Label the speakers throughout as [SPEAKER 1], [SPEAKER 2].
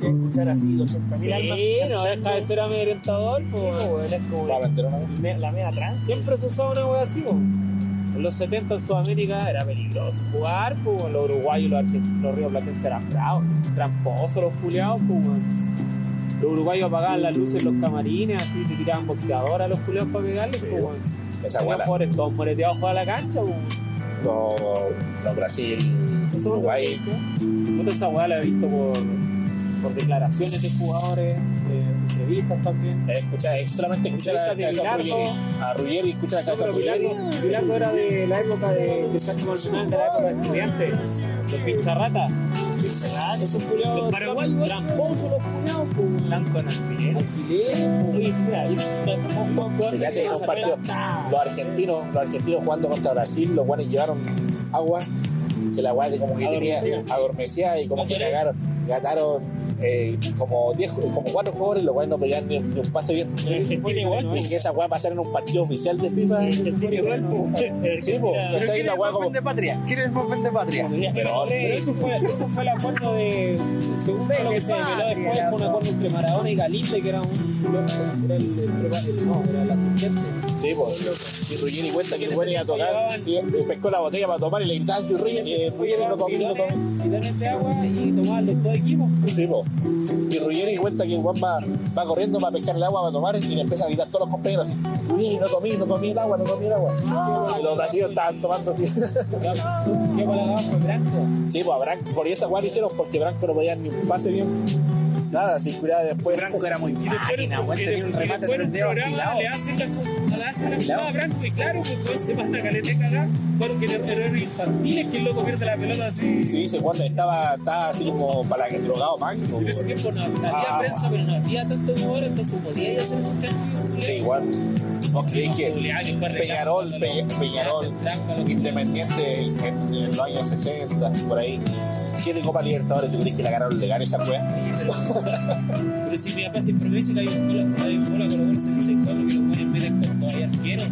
[SPEAKER 1] que escuchar así, 80 mil almas.
[SPEAKER 2] Sí, no deja de ser amedrentador, po, weón.
[SPEAKER 1] Bueno, es como
[SPEAKER 3] Para vender una
[SPEAKER 1] la me- la media trans.
[SPEAKER 2] Siempre se usaba una wea así, po. En los 70 en Sudamérica era peligroso jugar, pues los uruguayos, los, argen- los rioplatenses eran bravos, tramposos los culiados, pues Los uruguayos apagaban las luces en los camarines, así te tiraban boxeador a los culiados para pegarles, pues
[SPEAKER 3] Esa weá. la-
[SPEAKER 2] jugadores todos moreteados jugar a la cancha, pues
[SPEAKER 3] Los los Brasil,
[SPEAKER 2] Eso es lo que
[SPEAKER 3] Uruguay.
[SPEAKER 2] he visto. Puta, esa weá la he visto por, por declaraciones de jugadores, eh, entrevistas también.
[SPEAKER 3] Eh, Escucha, eh, solamente escucha la
[SPEAKER 2] Entrevista de
[SPEAKER 3] cabeza a
[SPEAKER 2] Bilardo.
[SPEAKER 3] Ruggeri. A Ruggeri, escucha la
[SPEAKER 2] No,
[SPEAKER 3] cabeza
[SPEAKER 2] pero
[SPEAKER 3] de Ruggeri.
[SPEAKER 2] Bilardo, Bilardo era de la época de, de Sánchez Martínez, de la época de estudiantes, los pincharratas. Esos culiados
[SPEAKER 1] Los paraguayos.
[SPEAKER 2] tramposos, los culiados, pues.
[SPEAKER 1] Están con alfileres.
[SPEAKER 2] Alfileres, pues.
[SPEAKER 1] Oye, sí, mira, ahí está un buen jugador
[SPEAKER 3] Se le hace
[SPEAKER 1] que
[SPEAKER 3] un
[SPEAKER 1] se
[SPEAKER 3] partido.
[SPEAKER 1] acuerda.
[SPEAKER 3] Los argentinos, los argentinos jugando contra Brasil, los guanes llevaron agua, que la agua como que tenía
[SPEAKER 1] Adormecía.
[SPEAKER 3] adormecía y como que cagaron, gataron eh, como 10, como cuatro jugadores, los cuales no pegaban ni, ni un pase bien.
[SPEAKER 1] En Argentina igual,
[SPEAKER 3] Y que esa weá pasara en un partido oficial de FIFA.
[SPEAKER 1] en
[SPEAKER 2] Este
[SPEAKER 1] Argentina igual, po.
[SPEAKER 3] Sí, po.
[SPEAKER 1] Mira,
[SPEAKER 3] ¿Cachai?
[SPEAKER 4] ¿Quién es
[SPEAKER 3] La
[SPEAKER 4] el
[SPEAKER 3] weá como.
[SPEAKER 4] bofón de patria? ¿Quién es el bofón de patria?
[SPEAKER 2] Pero, pero eso fue, eso fue el acuerdo de. Según lo que se reveló después, fue un acuerdo entre Maradona y Galinde, que era un. Era el, el- no, era el asistente.
[SPEAKER 3] Sí, pues. Y Ruggeri cuenta que el weón iba a tocar y, y pescó la botella para tomar y le gritaba y Ruggeri eh, Ruggeri no tomó, no tomó.
[SPEAKER 2] bidones de este agua y tomaban los dos equipos.
[SPEAKER 3] Sí, po. Y Ruggeri cuenta que el Juan va, va corriendo para pescar el agua, va a tomar y le empiezan a gritar todos los compañeros así. Ruggeri, no comí, no comí el agua, no comí el agua. Y los brasileños estaban tomando así.
[SPEAKER 2] Ya, ya para abajo, Branco.
[SPEAKER 3] sí, pues a Branco, por esa agua lo hicieron porque Branco no podía ni un pase bien. Nada, sin cuidado después.
[SPEAKER 4] Branco era muy
[SPEAKER 3] Ah,
[SPEAKER 4] máquina, weón. Tenía un remate
[SPEAKER 2] Después
[SPEAKER 4] con el
[SPEAKER 2] en
[SPEAKER 4] dedo
[SPEAKER 2] programa
[SPEAKER 4] afilado.
[SPEAKER 2] Le hacen la, ju- le hacen la
[SPEAKER 4] Afilado.
[SPEAKER 2] jugada a Branco y claro, pues pues, se manda caleta de cagar. Fueron que eran errores infantiles que el loco pierde la pelota así.
[SPEAKER 3] Sí, ese Juan estaba, estaba así como para que drogado máximo.
[SPEAKER 2] En
[SPEAKER 3] po.
[SPEAKER 2] ese tiempo no había
[SPEAKER 3] Ah,
[SPEAKER 2] prensa, pero no había tanto humor, entonces podía ir a hacer muchachos.
[SPEAKER 3] Sí, igual. ¿Vos creéis que Peñarol, Pe- Peñarol, Independiente en, en los años 60, por ahí, siete Copa Libertadores, ¿tú crees que la ganaron legal esa weá?
[SPEAKER 2] Pero si mi papá siempre me dice que hay un gol, hay un gol a Colo Colo 74 que lo ponen meten con todo y arquero.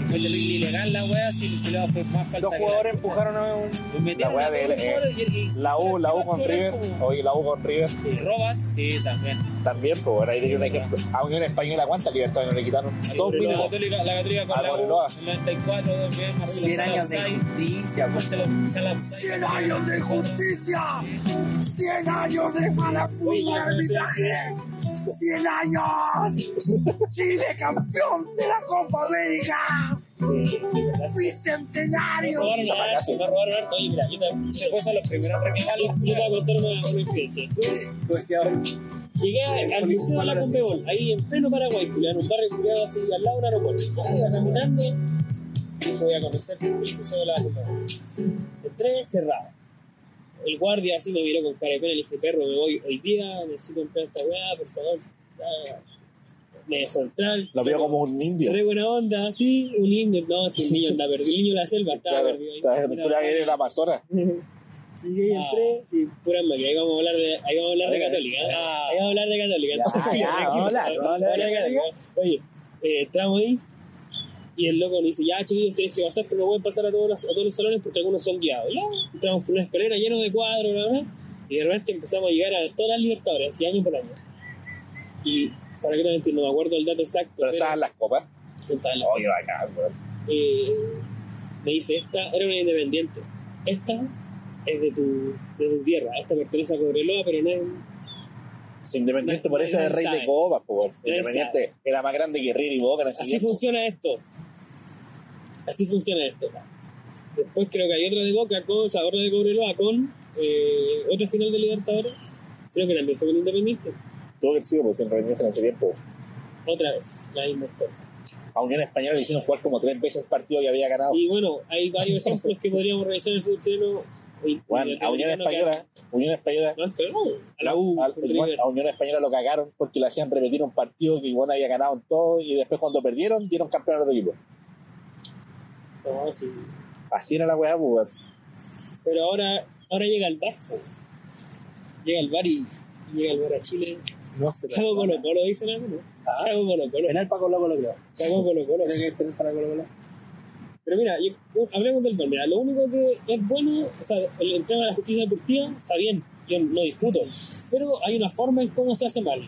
[SPEAKER 2] Y fue el ilegal la wea, si el culiao fue más falta.
[SPEAKER 4] Los
[SPEAKER 2] que
[SPEAKER 4] jugadores
[SPEAKER 2] la chucha.
[SPEAKER 4] empujaron a un.
[SPEAKER 2] Los metieron
[SPEAKER 3] La wea
[SPEAKER 2] a todos
[SPEAKER 3] de-
[SPEAKER 2] los
[SPEAKER 3] eh,
[SPEAKER 2] jugadores y- y-
[SPEAKER 3] La U, la U con River, oye, la U con River
[SPEAKER 2] Sí, Robas, sí, también.
[SPEAKER 3] también, pues ahora ahí tenía un ejemplo. Aunque en Española, ¿cuántas Libertadores no le quitaron? A todos
[SPEAKER 2] la
[SPEAKER 3] mínimo.
[SPEAKER 2] Católica, la Católica con
[SPEAKER 3] A
[SPEAKER 2] la U,
[SPEAKER 3] Cobreloa.
[SPEAKER 2] el 94 también, Marcelo
[SPEAKER 4] 100 años de
[SPEAKER 2] Salazar,
[SPEAKER 4] justicia, weón.
[SPEAKER 2] Marcelo Salazar.
[SPEAKER 4] 100 años de justicia, 100 años de mala fuga arbitraje, 100 años, Chile campeón de la Copa América, bicentenario.
[SPEAKER 2] robaron a Arce, me robaron a Arce. Oye, mira, yo te- se fue a los primeros regalos, yo te voy a contar una una infidencia. Pues Llegué a- al Museo de la Conmebol, ahí en pleno Paraguay, culiao, en un barrio culiado así, al lado de un aeropuerto. Ya iba caminando, dije, voy a conocer el Museo de la Conmebol. Entré cerrado. El guardia así me miró con cara de pena, le dije, perro, me voy hoy día, necesito entrar a esta weá, por favor. Ya. Me dejó entrar.
[SPEAKER 3] Lo veo como un indio.
[SPEAKER 2] Re buena onda, sí, un indio, no, es que el niño anda perdido, el niño de la selva estaba
[SPEAKER 3] Claro,
[SPEAKER 2] perdido ahí.
[SPEAKER 3] estaba en el cura que era el Amazonas.
[SPEAKER 2] Y ahí entré, sí, pura máquina, ahí vamos a hablar de, ahí vamos a hablar de católica, ahí vamos a hablar de católica.
[SPEAKER 4] Ya, ya, vamos a hablar, vamos a hablar de Católica.
[SPEAKER 2] Oye, eh, entramos ahí y el loco nos dice, ya chiquillos, tenéis que pasar, pero no pueden pasar a todos, los, a todos los salones porque algunos son guiados. Ya, entramos por una escalera lleno de cuadros, bla, bla, y de repente empezamos a llegar a todas las libertadores, así año por año. Y, para que no mentir, no me acuerdo el dato exacto,
[SPEAKER 3] Pero estaban las copas.
[SPEAKER 2] estaban las-
[SPEAKER 3] Oye, bacán, weón.
[SPEAKER 2] eh, me dice, esta era una independiente. Esta es de tu, de tu tierra. Esta pertenece a Cobreloa, pero no es...
[SPEAKER 3] Si Independiente por eso era el rey de copas, pues weón. Independiente era más grande que River y Boca en ese
[SPEAKER 2] Así
[SPEAKER 3] tiempo.
[SPEAKER 2] funciona esto. Así funciona esto. Después creo que hay otra de Boca con sabor de Cobreloa, con eh, otra final de Libertadores. Creo que también fue con Independiente.
[SPEAKER 3] Tuvo que haber sido, pues Independiente en ese tiempo.
[SPEAKER 2] Otra vez, la misma historia.
[SPEAKER 3] A Unión Española le hicieron jugar como tres veces el partido que había ganado.
[SPEAKER 2] Y bueno, hay varios ejemplos que podríamos revisar en el fútbol chileno. y-
[SPEAKER 3] Juan,
[SPEAKER 2] y el
[SPEAKER 3] a Unión
[SPEAKER 2] latinoamericano
[SPEAKER 3] Española, Unión Española,
[SPEAKER 2] que- No, pero no, a la U.
[SPEAKER 3] a,
[SPEAKER 2] con
[SPEAKER 3] el Juan-
[SPEAKER 2] River.
[SPEAKER 3] a Unión Española lo cagaron porque le hacían repetir un partido que igual había ganado en todo y después cuando perdieron dieron campeón al otro equipo.
[SPEAKER 2] No, sí.
[SPEAKER 3] Así era la weá, pues. weón.
[SPEAKER 2] Pero ahora, ahora llega el bar. po. Llega el bar y y llega el bar a Chile.
[SPEAKER 4] No sé.
[SPEAKER 2] Cago Colo Colo, dicen algunos.
[SPEAKER 4] Ah.
[SPEAKER 2] Cago Colo Colo.
[SPEAKER 4] Penal para Colo Colo, creo.
[SPEAKER 2] Cago Colo Colo.
[SPEAKER 4] Creo que es penal para Colo Colo.
[SPEAKER 2] Pero mira, uh, yo- hablemos del bar. Mira, lo único que es bueno, o sea, el, el tema de la justicia deportiva está bien. yo no discuto, pero hay una forma en cómo se hace mal.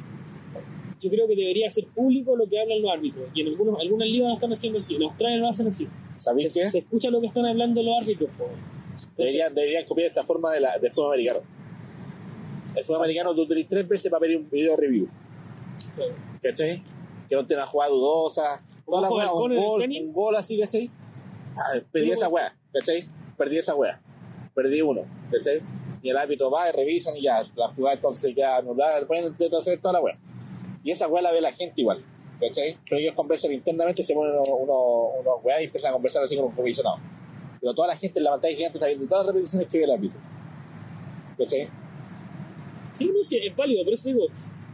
[SPEAKER 2] Yo creo que debería ser público lo que hablan los árbitros, y en algunos, algunas ligas lo están haciendo así, en Australia lo hacen así.
[SPEAKER 3] ¿Sabéis
[SPEAKER 2] Se,
[SPEAKER 4] ¿Eh?
[SPEAKER 3] qué?
[SPEAKER 2] se escucha lo que están hablando los árbitros, po.
[SPEAKER 3] Deberían, deberían copiar esta forma de la, del fútbol americano. El fútbol americano tú tenés tres veces para pedir un video review.
[SPEAKER 2] Claro.
[SPEAKER 3] ¿Cachai? Que no tenga jugada dudosa. Toda la
[SPEAKER 2] Ojo,
[SPEAKER 3] weá,
[SPEAKER 2] el
[SPEAKER 3] un
[SPEAKER 2] cone del
[SPEAKER 3] gol,
[SPEAKER 2] tenis.
[SPEAKER 3] un gol así, ¿cachai? Ah, perdí
[SPEAKER 2] Sí,
[SPEAKER 3] esa weá, ¿cachai? Perdí esa weá. Perdí uno, ¿cachai? Y el árbitro va y revisan y ya, la jugada entonces queda anulada, pueden intentar hacer toda la weá. Y esa weá la ve la gente igual, ¿cachai? Pero ellos conversan internamente, se ponen unos unos- unos weá y empiezan a conversar así con un comisionado. Pero toda la gente en la pantalla gigante está viendo todas las repeticiones que ve el árbitro. ¿Cachai?
[SPEAKER 2] Sí, no, sí, es válido, por eso digo,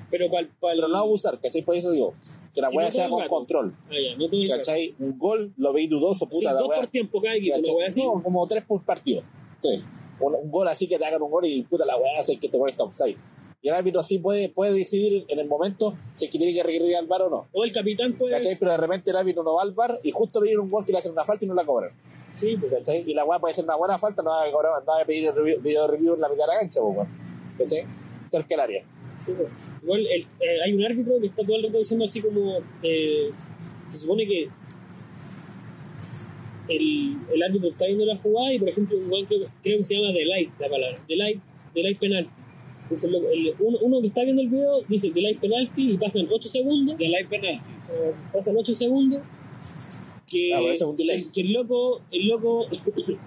[SPEAKER 2] pero para
[SPEAKER 3] Pero no abusar, ¿cachai? Por eso digo, que la
[SPEAKER 2] Sí,
[SPEAKER 3] weá
[SPEAKER 2] no todo
[SPEAKER 3] sea
[SPEAKER 2] el
[SPEAKER 3] con
[SPEAKER 2] rato.
[SPEAKER 3] control.
[SPEAKER 2] Ah, no tengo idea.
[SPEAKER 3] ¿Cachai? Un gol lo veis dudoso,
[SPEAKER 2] Sí,
[SPEAKER 3] puta la
[SPEAKER 2] dos
[SPEAKER 3] weá.
[SPEAKER 2] por tiempo cada equipo,
[SPEAKER 3] ¿cachai?
[SPEAKER 2] lo voy a decir.
[SPEAKER 3] No, como tres por partido. Tres. Un, un gol así que te hagan un gol y puta la weá, sé que te pones offside. Y el árbitro así puede, puede decidir en el momento si es que tiene que requerir al bar o no.
[SPEAKER 2] O el capitán puede.
[SPEAKER 3] ¿Cachai? Pero de repente el árbitro no va al bar y justo le dieron un gol que le hacen una falta y no la cobran.
[SPEAKER 2] Sí, pues,
[SPEAKER 3] ¿Cachai? Y la weá puede ser una buena falta, no va a, cobrar, no va a pedir el review- video review en la mitad de la cancha, po, weón. ¿Cachai? Cerca del área.
[SPEAKER 2] sí, pues. Igual el- eh, hay un árbitro que está todo el rato diciendo así como. eh, se supone que. El, el árbitro está viendo la jugada y, por ejemplo, un weón creo, que, creo que se llama Delight la palabra. Delight, Delight penalty. Entonces, lo- el- uno, uno que está viendo el video dice Delight penalty y pasan 8 segundos.
[SPEAKER 1] De live penalty.
[SPEAKER 2] eh, pasan 8 segundos. Que,
[SPEAKER 3] Ah, pero ese es un delay.
[SPEAKER 2] que el loco, el loco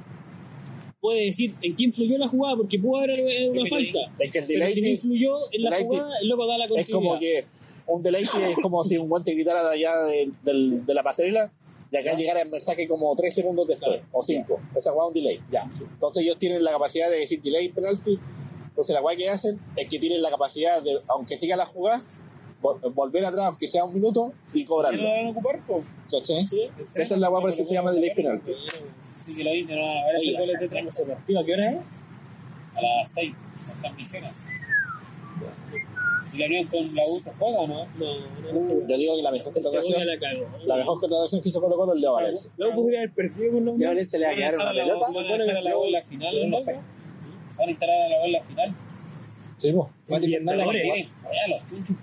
[SPEAKER 2] puede decir en qué influyó la jugada porque pudo haber eh, una
[SPEAKER 1] Sí, pero-
[SPEAKER 2] falta.
[SPEAKER 3] Es que el
[SPEAKER 2] Pero
[SPEAKER 3] delay
[SPEAKER 2] si no
[SPEAKER 3] te-
[SPEAKER 2] influyó en la
[SPEAKER 3] Lighty.
[SPEAKER 2] jugada, el loco da la
[SPEAKER 3] es
[SPEAKER 2] continuidad.
[SPEAKER 3] como que un delay que es como si un guante gritara de allá del- del- de la pasarela y acá llegara el mensaje como 3 segundos después o 5. Esa guay es un delay, ya. Entonces ellos tienen la capacidad de decir delay penalty. Entonces la guay que hacen es que tienen la capacidad de, aunque siga la jugada, vol- volver atrás aunque sea un minuto y
[SPEAKER 1] ¿Ya lo
[SPEAKER 3] cobrarlo.
[SPEAKER 1] van a ocupar, po?
[SPEAKER 3] ¿Cachai?
[SPEAKER 2] Sí.
[SPEAKER 3] Esa es la guay por eso se llama delay penalty.
[SPEAKER 1] Así que la India no va a ver
[SPEAKER 2] Oye,
[SPEAKER 1] esos goles de
[SPEAKER 2] la
[SPEAKER 1] trampa.
[SPEAKER 2] deportiva, ¿qué hora es?
[SPEAKER 1] A las 6, las transmisiones. ¿Y la unión con la U se juega o
[SPEAKER 2] No,
[SPEAKER 1] no?
[SPEAKER 2] no, no.
[SPEAKER 3] Yo digo que la mejor
[SPEAKER 2] Esta buena
[SPEAKER 3] contratación,
[SPEAKER 2] la cagó.
[SPEAKER 3] la mejor contratación que hizo Colo Colo es Leo Valencia.
[SPEAKER 2] Luego podría haber perdido con
[SPEAKER 5] Ya
[SPEAKER 2] nombre.
[SPEAKER 5] Valencia le va a
[SPEAKER 1] Van a
[SPEAKER 5] quedar
[SPEAKER 1] dejar
[SPEAKER 5] una
[SPEAKER 1] a la-
[SPEAKER 5] pelota.
[SPEAKER 1] Van a dejar a la U en la final,
[SPEAKER 2] Yo no
[SPEAKER 1] ¿no?
[SPEAKER 2] sé.
[SPEAKER 1] Van a instalar a la U en la final.
[SPEAKER 3] Sí, po.
[SPEAKER 5] Mati Fernández
[SPEAKER 1] Ahora
[SPEAKER 5] que
[SPEAKER 1] vienen,
[SPEAKER 5] juega.
[SPEAKER 1] allá los chunchos.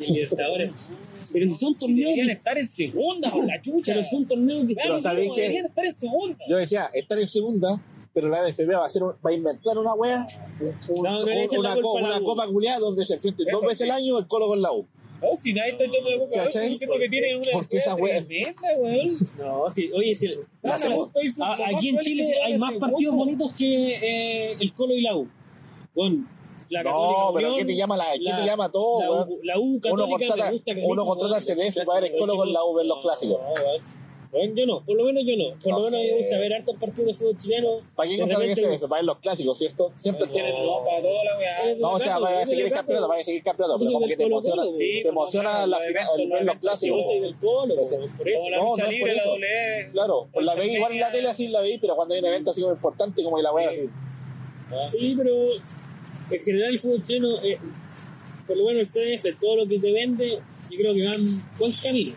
[SPEAKER 2] en Libertadores. Pero si son torneos.
[SPEAKER 1] Deberían
[SPEAKER 2] di-
[SPEAKER 1] estar en segunda, por la chucha.
[SPEAKER 2] Pero son torneos
[SPEAKER 1] Claro,
[SPEAKER 2] distintos.
[SPEAKER 3] ¿sabéis
[SPEAKER 1] no,
[SPEAKER 3] qué?
[SPEAKER 1] Deberían estar en segunda.
[SPEAKER 3] Yo decía, estar en segunda, pero la NFB va a, hacer un- va a inventar una wea, un- un-
[SPEAKER 2] No, no le echen la
[SPEAKER 3] una,
[SPEAKER 2] culpa
[SPEAKER 3] co-
[SPEAKER 2] a la
[SPEAKER 3] una
[SPEAKER 2] U.
[SPEAKER 3] copa culiada donde se enfrenten dos veces al año el Colo con la U.
[SPEAKER 1] No, Oh, si nadie está echando la culpa,
[SPEAKER 3] ¿Cachai?
[SPEAKER 1] estoy diciendo que tienen una
[SPEAKER 3] Porque esa
[SPEAKER 1] idea
[SPEAKER 3] wea-
[SPEAKER 1] tremenda, weón.
[SPEAKER 2] No, sí, oye, sí.
[SPEAKER 1] La
[SPEAKER 2] Ah,
[SPEAKER 1] segunda hizo
[SPEAKER 2] ah,
[SPEAKER 1] como
[SPEAKER 2] aquí en
[SPEAKER 1] goles
[SPEAKER 2] Chile
[SPEAKER 1] que se
[SPEAKER 2] hay
[SPEAKER 1] van
[SPEAKER 2] más
[SPEAKER 1] de
[SPEAKER 2] partidos
[SPEAKER 1] segundo.
[SPEAKER 2] bonitos que eh, el Colo y la U. Con la
[SPEAKER 3] No,
[SPEAKER 2] Católica
[SPEAKER 3] pero
[SPEAKER 2] Unión,
[SPEAKER 3] ¿qué te llama la, ¿qué te llama
[SPEAKER 2] la
[SPEAKER 3] todo?
[SPEAKER 2] U,
[SPEAKER 3] weón?
[SPEAKER 2] la U
[SPEAKER 3] Uno
[SPEAKER 2] Católica
[SPEAKER 3] contrata,
[SPEAKER 2] me gusta que
[SPEAKER 3] uno
[SPEAKER 2] griten, weón.
[SPEAKER 3] contrata al CDF para ver el Colo con la U ver los clásicos.
[SPEAKER 2] No, weón. Weón, yo no, por lo menos yo no. Por
[SPEAKER 3] No
[SPEAKER 2] lo menos a mí me
[SPEAKER 3] sé.
[SPEAKER 2] gusta ver hartos partidos de fútbol chileno.
[SPEAKER 3] ¿Para qué
[SPEAKER 2] De
[SPEAKER 3] contratar el
[SPEAKER 2] repente-
[SPEAKER 3] CDF? Para ver los clásicos, ¿cierto? Siempre
[SPEAKER 1] No,
[SPEAKER 3] tienen-
[SPEAKER 1] no, para toda la weá.
[SPEAKER 3] No, o sea,
[SPEAKER 2] Gato,
[SPEAKER 3] vaya a
[SPEAKER 2] yo
[SPEAKER 3] seguir
[SPEAKER 2] soy
[SPEAKER 3] el campeonato,
[SPEAKER 2] Gato.
[SPEAKER 3] vaya a seguir el campeonato,
[SPEAKER 2] Yo soy
[SPEAKER 3] pero como
[SPEAKER 2] del
[SPEAKER 3] que te
[SPEAKER 2] Colo
[SPEAKER 3] emociona,
[SPEAKER 2] Colo,
[SPEAKER 1] sí,
[SPEAKER 3] te
[SPEAKER 1] por lo
[SPEAKER 3] emociona
[SPEAKER 1] menos,
[SPEAKER 3] la
[SPEAKER 1] lo de
[SPEAKER 3] final,
[SPEAKER 1] Gato, lo
[SPEAKER 3] el ver
[SPEAKER 1] de
[SPEAKER 3] los
[SPEAKER 1] Gato,
[SPEAKER 2] Sí,
[SPEAKER 3] clásicos.
[SPEAKER 2] vos sois del Colo, weón, por eso.
[SPEAKER 1] Como la
[SPEAKER 3] no,
[SPEAKER 1] lucha
[SPEAKER 3] no es
[SPEAKER 1] libre,
[SPEAKER 3] por
[SPEAKER 1] la
[SPEAKER 3] eso.
[SPEAKER 1] doble.
[SPEAKER 3] Claro, pues la veis igual en la
[SPEAKER 1] Media.
[SPEAKER 3] tele así la veis, pero cuando hay un evento así como importante, como que la wea así. Ah,
[SPEAKER 2] Sí, pero en general el fútbol chileno, eh, por lo menos el CDF, todo lo que te vende, yo creo que van buen camino.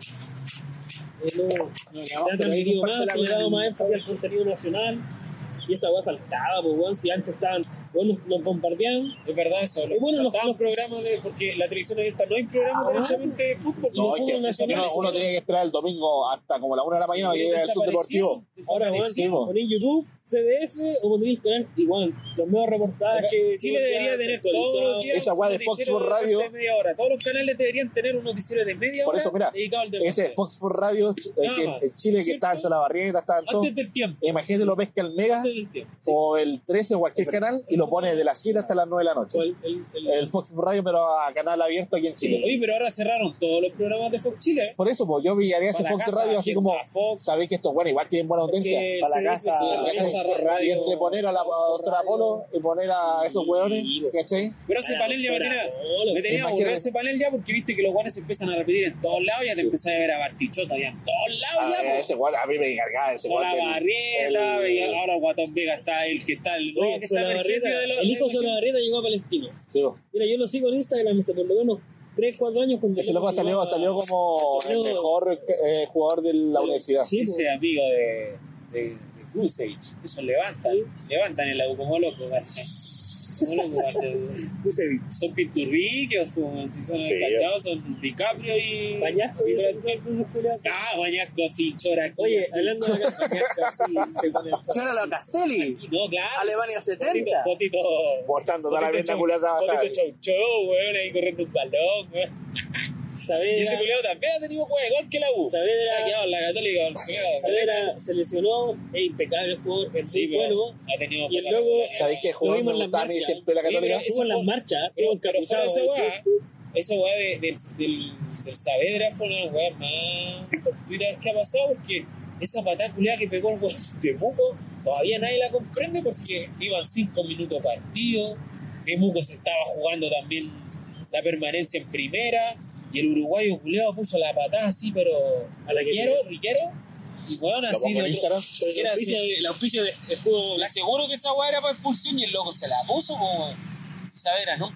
[SPEAKER 2] Eh, no, se ha
[SPEAKER 5] pero ahí
[SPEAKER 2] transmitido
[SPEAKER 5] comparto
[SPEAKER 2] más,
[SPEAKER 5] la
[SPEAKER 2] se le ha dado
[SPEAKER 5] buena-
[SPEAKER 2] más énfasis al contenido nacional. Y esa weá faltaba, pues weón, si antes estaban, weón, nos, nos bombardeaban.
[SPEAKER 1] Es verdad eso.
[SPEAKER 2] Y bueno, los-
[SPEAKER 1] los, los programas de. Porque la televisión abierta no hay programas derechamente de fútbol.
[SPEAKER 2] Y de
[SPEAKER 3] Ah. No,
[SPEAKER 1] No,
[SPEAKER 3] es
[SPEAKER 2] fútbol
[SPEAKER 3] que
[SPEAKER 2] nacional,
[SPEAKER 3] uno, uno
[SPEAKER 2] sí.
[SPEAKER 3] tenía que esperar el domingo hasta como la una de la mañana para que llegara el subdeportivo.
[SPEAKER 2] Ahora,
[SPEAKER 1] Ahora,
[SPEAKER 2] weón,
[SPEAKER 3] sí, po.
[SPEAKER 2] ponéis YouTube, CDF o ponéis el canal, igual, los nuevos reportajes que
[SPEAKER 1] Chile debería tener todos los días.
[SPEAKER 3] Esa
[SPEAKER 1] un
[SPEAKER 3] weá de Fox
[SPEAKER 1] noticiero
[SPEAKER 3] Sports
[SPEAKER 1] de
[SPEAKER 3] Radio.
[SPEAKER 1] de media hora. Todos los canales deberían tener un noticiero de media
[SPEAKER 3] Por
[SPEAKER 1] hora
[SPEAKER 3] eso, mira,
[SPEAKER 1] dedicado al deporte.
[SPEAKER 3] Ese Fox por Radio, eh, que
[SPEAKER 1] más.
[SPEAKER 3] en Chile que
[SPEAKER 1] ¿Cierto?
[SPEAKER 3] está en Solabarrieta, está en todo.
[SPEAKER 1] Antes del tiempo.
[SPEAKER 3] Imagínese lo pesca el Mega
[SPEAKER 1] Antes del tiempo.
[SPEAKER 3] o el 13 o cualquier canal y lo pone de las 7 hasta las 9 de la noche.
[SPEAKER 2] el, el- el-
[SPEAKER 3] El Fox por Radio, pero a canal abierto aquí en Chile.
[SPEAKER 1] Oye, pero ahora cerraron todos los programas de Fox Chile. ¿eh?
[SPEAKER 3] Por eso, pues yo miraría ese
[SPEAKER 1] Para
[SPEAKER 3] Fox
[SPEAKER 1] casa,
[SPEAKER 3] Radio así
[SPEAKER 1] quien
[SPEAKER 3] como,
[SPEAKER 1] va a Fox.
[SPEAKER 3] sabéis que estos bueno, igual tienen buena audiencia.
[SPEAKER 1] eh,
[SPEAKER 2] el
[SPEAKER 5] para la
[SPEAKER 2] CDF,
[SPEAKER 5] casa,
[SPEAKER 2] sí,
[SPEAKER 5] para
[SPEAKER 1] la casa
[SPEAKER 3] ¿cachai?
[SPEAKER 1] radio,
[SPEAKER 3] y entre poner a la a doctora Polo y poner a esos hueones, ¿cachai?
[SPEAKER 1] Pero ese
[SPEAKER 2] Para la
[SPEAKER 1] panel ya me
[SPEAKER 2] doctora
[SPEAKER 1] tenía,
[SPEAKER 2] Polo.
[SPEAKER 1] me tenía aburrido
[SPEAKER 3] Imagínate.
[SPEAKER 1] ese panel ya porque viste que los guanes se empiezan a repetir en todos lados. Ya te empezás a ver a Bartichota ya en todos
[SPEAKER 3] A,
[SPEAKER 1] lados. ya, po.
[SPEAKER 3] Ah, ese hueón, a mí me encargaba ese hueón.
[SPEAKER 1] Sola
[SPEAKER 3] del-
[SPEAKER 1] Barrieta,
[SPEAKER 3] del-
[SPEAKER 1] veía- ahora Guatón Vega está el que está el nuevo
[SPEAKER 2] Oye,
[SPEAKER 1] que está
[SPEAKER 2] Solabarrieta,
[SPEAKER 1] emergente de los-
[SPEAKER 2] el hijo
[SPEAKER 1] de-
[SPEAKER 2] Solabarrieta llegó a Palestino.
[SPEAKER 3] Sí, pues.
[SPEAKER 2] Mira, yo lo sigo en Instagram hace por lo menos 3, 4 años. Cuando
[SPEAKER 3] Ese loco salió, salió como el
[SPEAKER 2] Yo-
[SPEAKER 3] mejor eh, jugador de la universidad.
[SPEAKER 2] Sí, pues.
[SPEAKER 1] ese amigo de, de, de Crusade. Eso levantan, levantan el U como loco. ¿cachai? No lo jugaste.
[SPEAKER 2] Kusevich.
[SPEAKER 1] Son pinturrillos, como si son
[SPEAKER 6] Sí,
[SPEAKER 1] cachados, son DiCaprio y.
[SPEAKER 2] Bañasco
[SPEAKER 1] Sí,
[SPEAKER 2] y esas weas, entonces, culiao.
[SPEAKER 1] Ah, bañasco, sí, chora.
[SPEAKER 2] Oye,
[SPEAKER 1] sí.
[SPEAKER 2] hablando de Bañasco, sí, se pone el
[SPEAKER 4] Yo era la Caselli.
[SPEAKER 1] No, claro.
[SPEAKER 4] Alemania 70.
[SPEAKER 1] Potito.
[SPEAKER 3] Portando toda la
[SPEAKER 1] potito
[SPEAKER 3] venda
[SPEAKER 1] chau-
[SPEAKER 3] culiada trabajada.
[SPEAKER 1] Potito chau chau, oh, weón, ahí corriendo un balón, weón. Y
[SPEAKER 2] Saavedra,
[SPEAKER 1] ese culiado también ha tenido juego, igual que la U. Se
[SPEAKER 2] Saavedra.
[SPEAKER 1] ha quedado en la Católica, el culiao.
[SPEAKER 2] Saavedra se lesionó, es impecable el jugador, es
[SPEAKER 1] Sí,
[SPEAKER 2] muy
[SPEAKER 1] pero
[SPEAKER 2] bueno.
[SPEAKER 1] ha tenido
[SPEAKER 2] Y el
[SPEAKER 1] poca
[SPEAKER 2] loco-
[SPEAKER 1] responsabilidad.
[SPEAKER 3] ¿Sabéis qué
[SPEAKER 2] Lo
[SPEAKER 3] jugador
[SPEAKER 2] vimos
[SPEAKER 3] me
[SPEAKER 2] en las
[SPEAKER 3] gustaba a mí
[SPEAKER 2] marchas.
[SPEAKER 3] siempre de la
[SPEAKER 1] Sí, pero
[SPEAKER 3] Católica?
[SPEAKER 1] es-
[SPEAKER 2] Estuvo en las marchas, estuvo ¿eh?
[SPEAKER 1] Pero, pero
[SPEAKER 2] encapuchado.
[SPEAKER 1] fuera de esa weá,
[SPEAKER 2] ¿viste?
[SPEAKER 1] esa weá de, del, del, del Saavedra fue una weá más fortuita que ha pasado porque esa patada culiada que pegó el weón de Temuco todavía nadie la comprende porque iban cinco minutos partido, Temuco se estaba jugando también la permanencia en primera y el uruguayo culiado puso la patada así, pero
[SPEAKER 2] A la que
[SPEAKER 1] riquero, riquero, y weón
[SPEAKER 3] ¿Lo
[SPEAKER 1] así
[SPEAKER 3] pongo
[SPEAKER 1] de
[SPEAKER 3] en
[SPEAKER 1] otro-
[SPEAKER 3] Instagram?
[SPEAKER 1] era así.
[SPEAKER 2] el auspicio de escudo
[SPEAKER 1] Le aseguro que esa weá era para expulsión y el loco se la puso como Saavedra, ¿no?